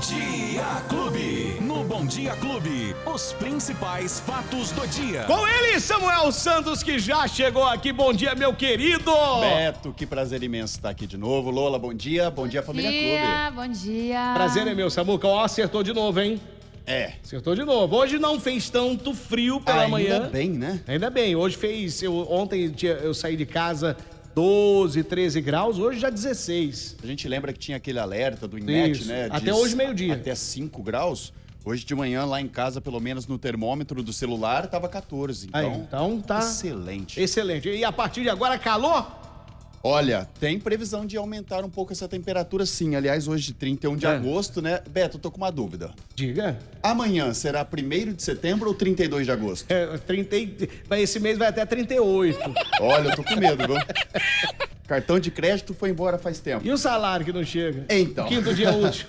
Dia Clube. No Bom Dia Clube, os principais fatos do dia. Com ele, Samuel Santos, que já chegou aqui. Bom dia, meu querido! Beto, que prazer imenso estar aqui de novo. Lola, bom dia. Bom dia, Família dia, bom dia. Prazer é meu, Samuca. Ó, acertou de novo, hein? Clube. É. Acertou de novo. Hoje não fez tanto frio pela Ainda manhã. bem, né? Ainda bem. Hoje fez. Eu, ontem tinha- eu saí de casa 12, 13 graus, hoje já 16. A gente lembra que tinha aquele alerta do INET, Isso. né? Até hoje, meio-dia. Até 5 graus. Hoje de manhã, lá em casa, pelo menos no termômetro do celular, tava 14. Então, Aí, então tá. excelente. Excelente. E a partir de agora, calor? Olha, tem previsão de aumentar um pouco essa temperatura, sim. Aliás, hoje, 31 de É. agosto, né? Beto, eu tô com uma dúvida. Diga. Amanhã será 1 de setembro ou 32 de agosto? É, 30, e- esse mês vai até 38. Olha, eu tô com medo, viu? Cartão de crédito foi embora faz tempo. E o salário que não chega? Então. Quinto dia útil.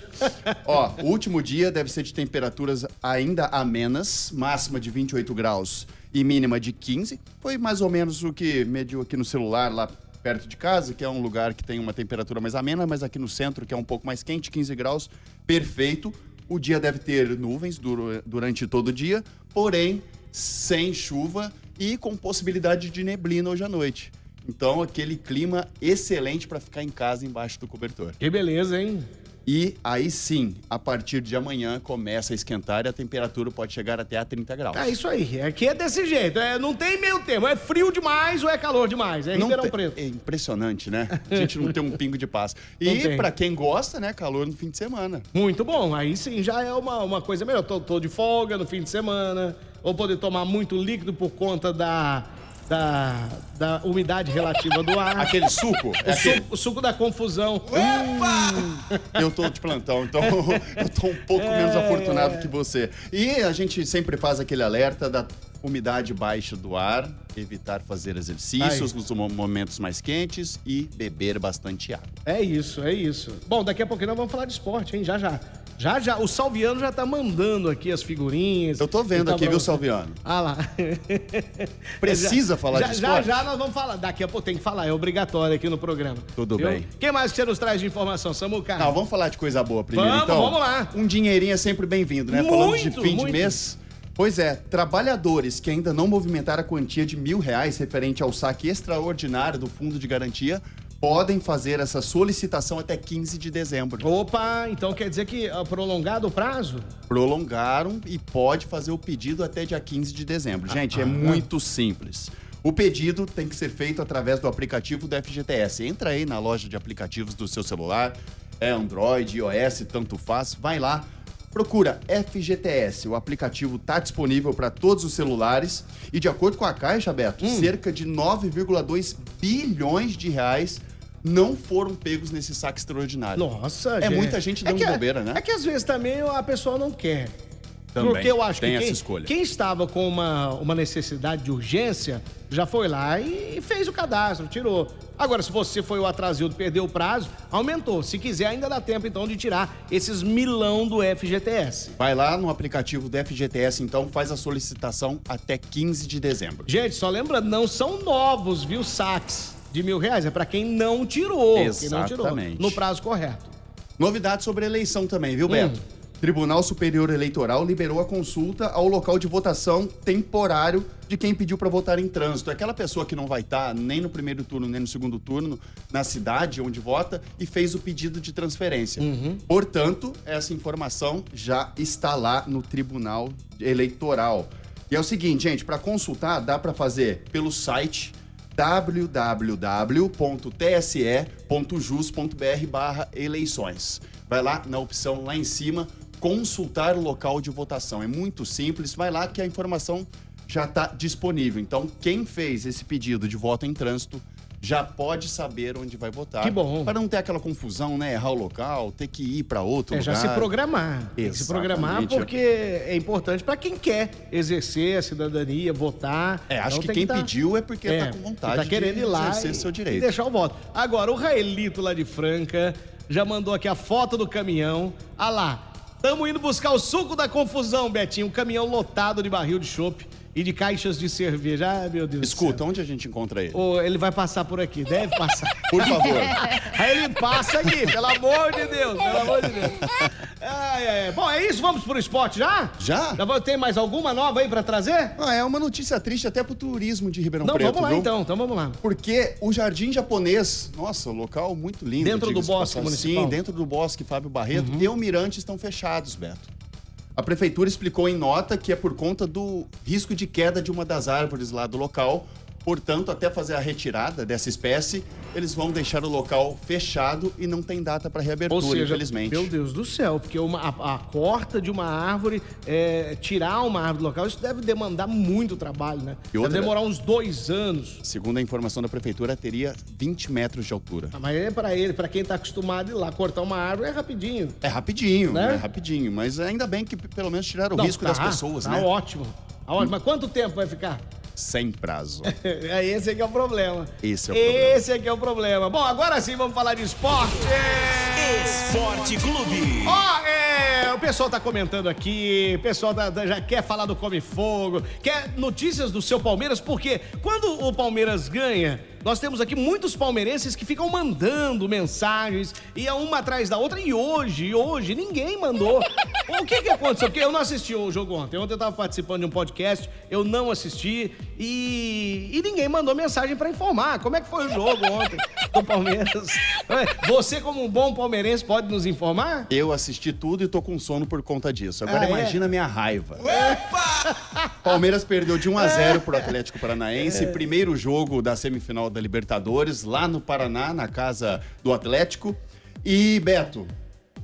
Ó, o último dia deve ser de temperaturas ainda amenas, máxima de 28 graus e mínima de 15. Foi mais ou menos o que mediu aqui no celular, lá perto de casa, que é um lugar que tem uma temperatura mais amena, mas aqui no centro, que é um pouco mais quente, 15 graus, perfeito. O dia deve ter nuvens duro- durante todo o dia, porém sem chuva e com possibilidade de neblina hoje à noite. Então, aquele clima excelente para ficar em casa embaixo do cobertor. que beleza, hein? E aí sim, a partir de amanhã começa a esquentar e a temperatura pode chegar até a 30 graus. É isso aí. Aqui é desse jeito. É, não tem meio termo. É frio demais ou é calor demais. É Ribeirão tem- Preto. É impressionante, né? A gente não tem um pingo de paz. Não E tem. pra quem gosta, né, calor no fim de semana. Muito bom. Aí sim já é uma, uma coisa melhor. Tô, tô de folga no fim de semana. Ou poder tomar muito líquido por conta da. Da, da umidade relativa do ar. Aquele suco, é O aquele- suco, o suco da confusão. é, eu tô de plantão, então eu tô um pouco É. menos afortunado que você. E a gente sempre faz aquele alerta da umidade baixa do ar, evitar fazer exercícios Aí. nos mo- momentos mais quentes e beber bastante água. É isso, é isso. Bom, daqui a pouquinho nós vamos falar de esporte, hein? Já, já. Já, já. O Salviano já tá mandando aqui as figurinhas. Eu tô vendo Então, aqui, pra viu, você- Salviano? Ah lá. Precisa Já- falar é. já, de Já, esporte? já nós vamos falar. Daqui a pouco tem que falar, é obrigatório aqui no programa. Tudo bem. Tá. Quem mais que você nos traz de informação, Samuca? Não, vamos falar de coisa boa primeiro, Vamos, então. vamos lá. Um dinheirinho é sempre bem-vindo, né? Falando de Muito, fim de muito. mês. Pois é, trabalhadores que ainda não movimentaram a quantia de mil reais referente ao saque extraordinário do Fundo de Garantia podem fazer essa solicitação até 15 de dezembro. Opa, então quer dizer que ah, prolongado o prazo? Prolongaram e pode fazer o pedido até dia 15 de dezembro. Gente, é muito simples. O pedido tem que ser feito através do aplicativo do FGTS. Entra aí na loja de aplicativos do seu celular, é Android, iOS, tanto faz, vai lá. Procura FGTS, o aplicativo está disponível para todos os celulares e de acordo com a Caixa, Beto, cerca de 9,2 bilhões de reais não foram pegos nesse saque extraordinário. Nossa, É muita gente dando que- bobeira, né? É que às vezes também a pessoa não quer. Também, Porque eu acho tem que quem, essa escolha. quem estava com uma, uma necessidade de urgência já foi lá e fez o cadastro, tirou. Agora, se você foi o atrasado, perdeu o prazo, aumentou. Se quiser, ainda dá tempo, então, de tirar esses milão do FGTS. Vai lá no aplicativo do FGTS, então, faz a solicitação até 15 de dezembro. Gente, só lembrando, não são novos, viu, saques de mil reais. É pra quem não tirou. Quem não tirou. Exatamente. No prazo correto. É, Novidade sobre a eleição também, viu, Beto? Tribunal Superior Eleitoral liberou a consulta ao local de votação temporário de quem pediu para votar em trânsito. É Aquela pessoa que não vai estar nem no primeiro turno, nem no segundo turno, na cidade onde vota e fez o pedido de transferência. Portanto, essa informação já está lá no Tribunal Eleitoral. E é o seguinte, gente, para consultar dá para fazer pelo site www.tse.jus.br barra eleições. Vai lá na opção lá em cima, consultar o local de votação. É muito simples, vai lá que a informação já está disponível. Então, quem fez esse pedido de voto em trânsito já pode saber onde vai votar. Que bom. Para não ter aquela confusão, né? Errar o local, ter que ir para outro É, lugar. já se programar. Tem que se Exatamente. programar porque é importante pra quem quer exercer a cidadania, votar. É, acho Então que tem quem tá- pediu é porque tá com vontade Tá querendo de ir lá exercer e, seu direito. e deixar o voto. Agora, o Raelito lá de Franca já mandou aqui a foto do caminhão. Ah lá, tamo indo buscar o suco da confusão, Betinho. Um caminhão lotado de barril de chope e de caixas de cerveja. Ah, meu Deus. do Escuta, onde a gente encontra ele? céu. Ô, ele vai passar por aqui, deve passar. Por favor. Aí ele passa aqui, pelo amor de Deus, pelo amor de Deus. Ai, ai, ai. Bom, é isso, vamos pro esporte já? Já? Já vou- tem mais alguma nova aí pra trazer? Ah, é uma notícia triste até pro turismo de Ribeirão Não, Preto, vamos lá viu? então, então vamos lá. Porque o Jardim Japonês, nossa, um local muito lindo. Dentro do diga-se de bosque passagem. municipal. Uhum. Sim, dentro do bosque Fábio Barreto e o Mirante estão fechados, Beto. A prefeitura explicou em nota que é por conta do risco de queda de uma das árvores lá do local. Portanto, até fazer a retirada dessa espécie, eles vão deixar o local fechado e não tem data para Ou reabertura, seja, infelizmente. meu Deus do céu, porque uma- a, a corta de uma árvore, é, tirar uma árvore do local, isso deve demandar muito trabalho, né? E outra- é- Deve demorar uns dois anos. Segundo a informação da prefeitura, teria 20 metros de altura. Ah, Mas é pra ele, pra quem tá acostumado a ir lá cortar uma árvore, é rapidinho. É rapidinho, Né? é rapidinho, mas ainda bem que p- pelo menos tiraram Não, É o risco das pessoas, tá né? ótimo. Tá ótimo. Mas quanto tempo vai ficar? Sem prazo. É esse é que é o problema. Esse é o Esse é que é o problema. Bom, agora sim vamos falar de esporte. Esporte Clube. Ó, é, o pessoal tá comentando aqui, o pessoal tá- tá- já quer falar do Come Fogo, quer notícias do seu Palmeiras, porque quando o Palmeiras ganha, nós temos aqui muitos palmeirenses que ficam mandando mensagens, e é uma atrás da outra, e hoje, hoje, ninguém mandou. O que que aconteceu? Porque eu não assisti o jogo ontem, ontem eu tava participando de um podcast, eu não assisti, e, e ninguém mandou mensagem pra informar como é que foi o jogo ontem do Palmeiras. Você, como um bom palmeirense, pode nos informar? Eu assisti tudo e tô com sono por conta disso. Agora Ah, é? imagina a minha raiva. Palmeiras perdeu de 1 É. a 0 pro Atlético Paranaense, primeiro jogo da semifinal da Libertadores, lá no Paraná, na casa do Atlético. E, Beto,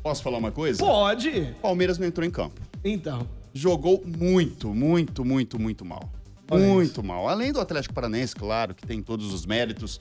posso falar uma coisa? Pode. Palmeiras não entrou em campo. Então. jogou muito, muito, muito, muito mal. Olha muito mal. Além do Atlético Paranaense, claro, que tem todos os méritos.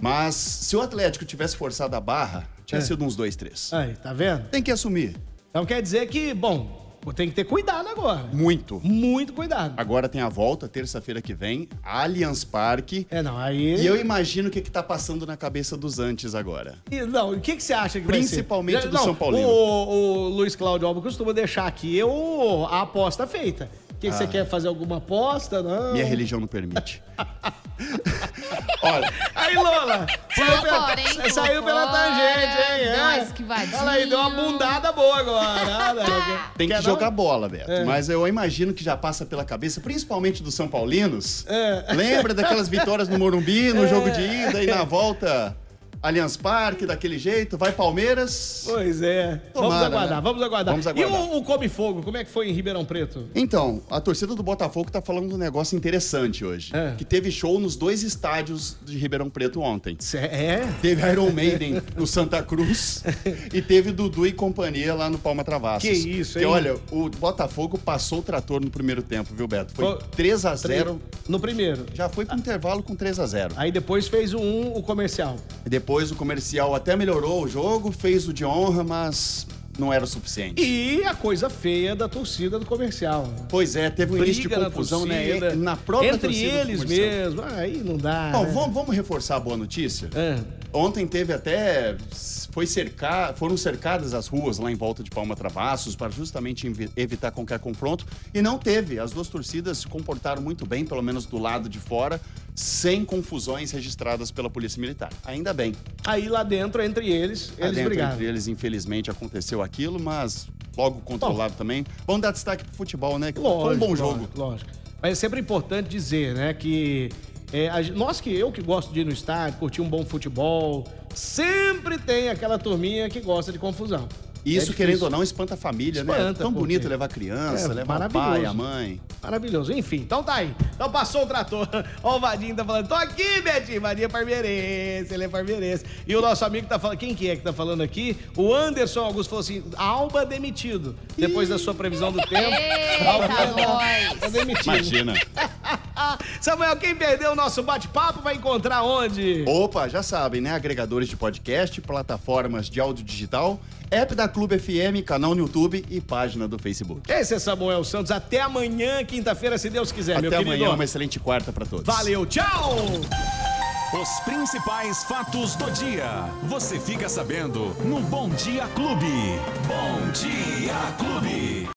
Mas se o Atlético tivesse forçado a barra, tinha É. sido uns dois, três. Aí, tá vendo? Tem que assumir. Então quer dizer que, bom, tem que ter cuidado agora. Muito. Muito cuidado. Agora tem a volta, terça-feira que vem, Allianz Parque. É, não, aí. E eu imagino o que, que tá passando na cabeça dos antes agora. E, Não, o que, que você acha que Principalmente vai ser? do São O, Paulino. o Luiz Cláudio Alba costuma deixar aqui o, a aposta feita. O que, que você quer fazer? Alguma aposta? Não. Ah. Minha religião não permite. Olha, Aí, Lola! Saiu, pela, fora, hein? sa- saiu pela Fora, tangente, hein? deu É. uma esquivadinha. Olha aí, deu uma bundada boa agora. Olha, tem que quer dar um- jogar bola, Beto. Mas eu imagino que já passa pela cabeça, principalmente dos São Paulinos. É. Lembra daquelas vitórias no Morumbi, no jogo de ida e na volta Allianz Parque, daquele jeito? Vai Palmeiras. Pois é. vamos Tomara, aguardar, né? vamos aguardar. Vamos aguardar. E o, o Come Fogo, como é que foi em Ribeirão Preto? Então, a torcida do Botafogo tá falando um negócio interessante hoje. É. Que teve show nos dois estádios de Ribeirão Preto ontem. É? Teve Iron Maiden no Santa Cruz e teve Dudu e companhia lá no Palma Travassos. Que isso, hein? hein? E olha, o Botafogo passou o trator no primeiro tempo, viu, Beto? Foi Foi- 3 a 0 No primeiro. Já foi pro intervalo com 3 a 0 Aí depois fez o um, o comercial. Depois o comercial até melhorou o jogo, fez o de honra, mas não era o suficiente. E a coisa feia da torcida do comercial. Pois é, teve um início de na confusão, torcida, né? Na própria Entre torcida do eles comercial. mesmo. Aí não dá. Bom, né? vamos, vamos reforçar a boa notícia? É. Ontem teve até. Foi cercar, foram cercadas as ruas lá em volta de Palma Travassos para justamente invi- evitar qualquer confronto. E não teve. As duas torcidas se comportaram muito bem, pelo menos do lado de fora, sem confusões registradas pela Polícia Militar. Ainda bem. Aí lá dentro, entre eles, Lá eles Tá dentro, brigaram. Entre eles, infelizmente, aconteceu aquilo, mas logo controlado também. Vamos dar destaque pro futebol, né? Que foi um bom jogo. Lógico, lógico. Mas é sempre importante dizer, né, que é, a gen- nós que eu que gosto de ir no estádio, curtir um bom futebol, sempre tem aquela turminha que gosta de confusão. Isso, É querendo difícil. ou não, espanta a família, né? É Espanta, tão pô, bonito porque- levar criança, É, levar o maravilhoso. pai, a mãe. Maravilhoso. Enfim, então tá aí. Então passou o trator. Ó, o Vadinho tá falando. Tô aqui, Betinho. Vadinho é parmeirense. Ele é parmeirense. E o nosso amigo tá falando. Quem que é que tá falando aqui? O Anderson Augusto falou assim: Alba demitido. Depois da sua previsão do tempo. Eita, nós. tá demitido. Ah, Imagina. Samuel, quem perdeu o nosso bate-papo vai encontrar onde? Opa, já sabem, né? Agregadores de podcast, plataformas de áudio digital, app da Clube FM, canal no YouTube e página do Facebook. Esse é Samuel Santos. Até amanhã, quinta-feira, se Deus quiser, É, meu Até querido. amanhã, uma excelente quarta pra todos. Valeu, tchau! Os principais fatos do dia. Você fica sabendo no Bom Dia Clube. Bom Dia Clube.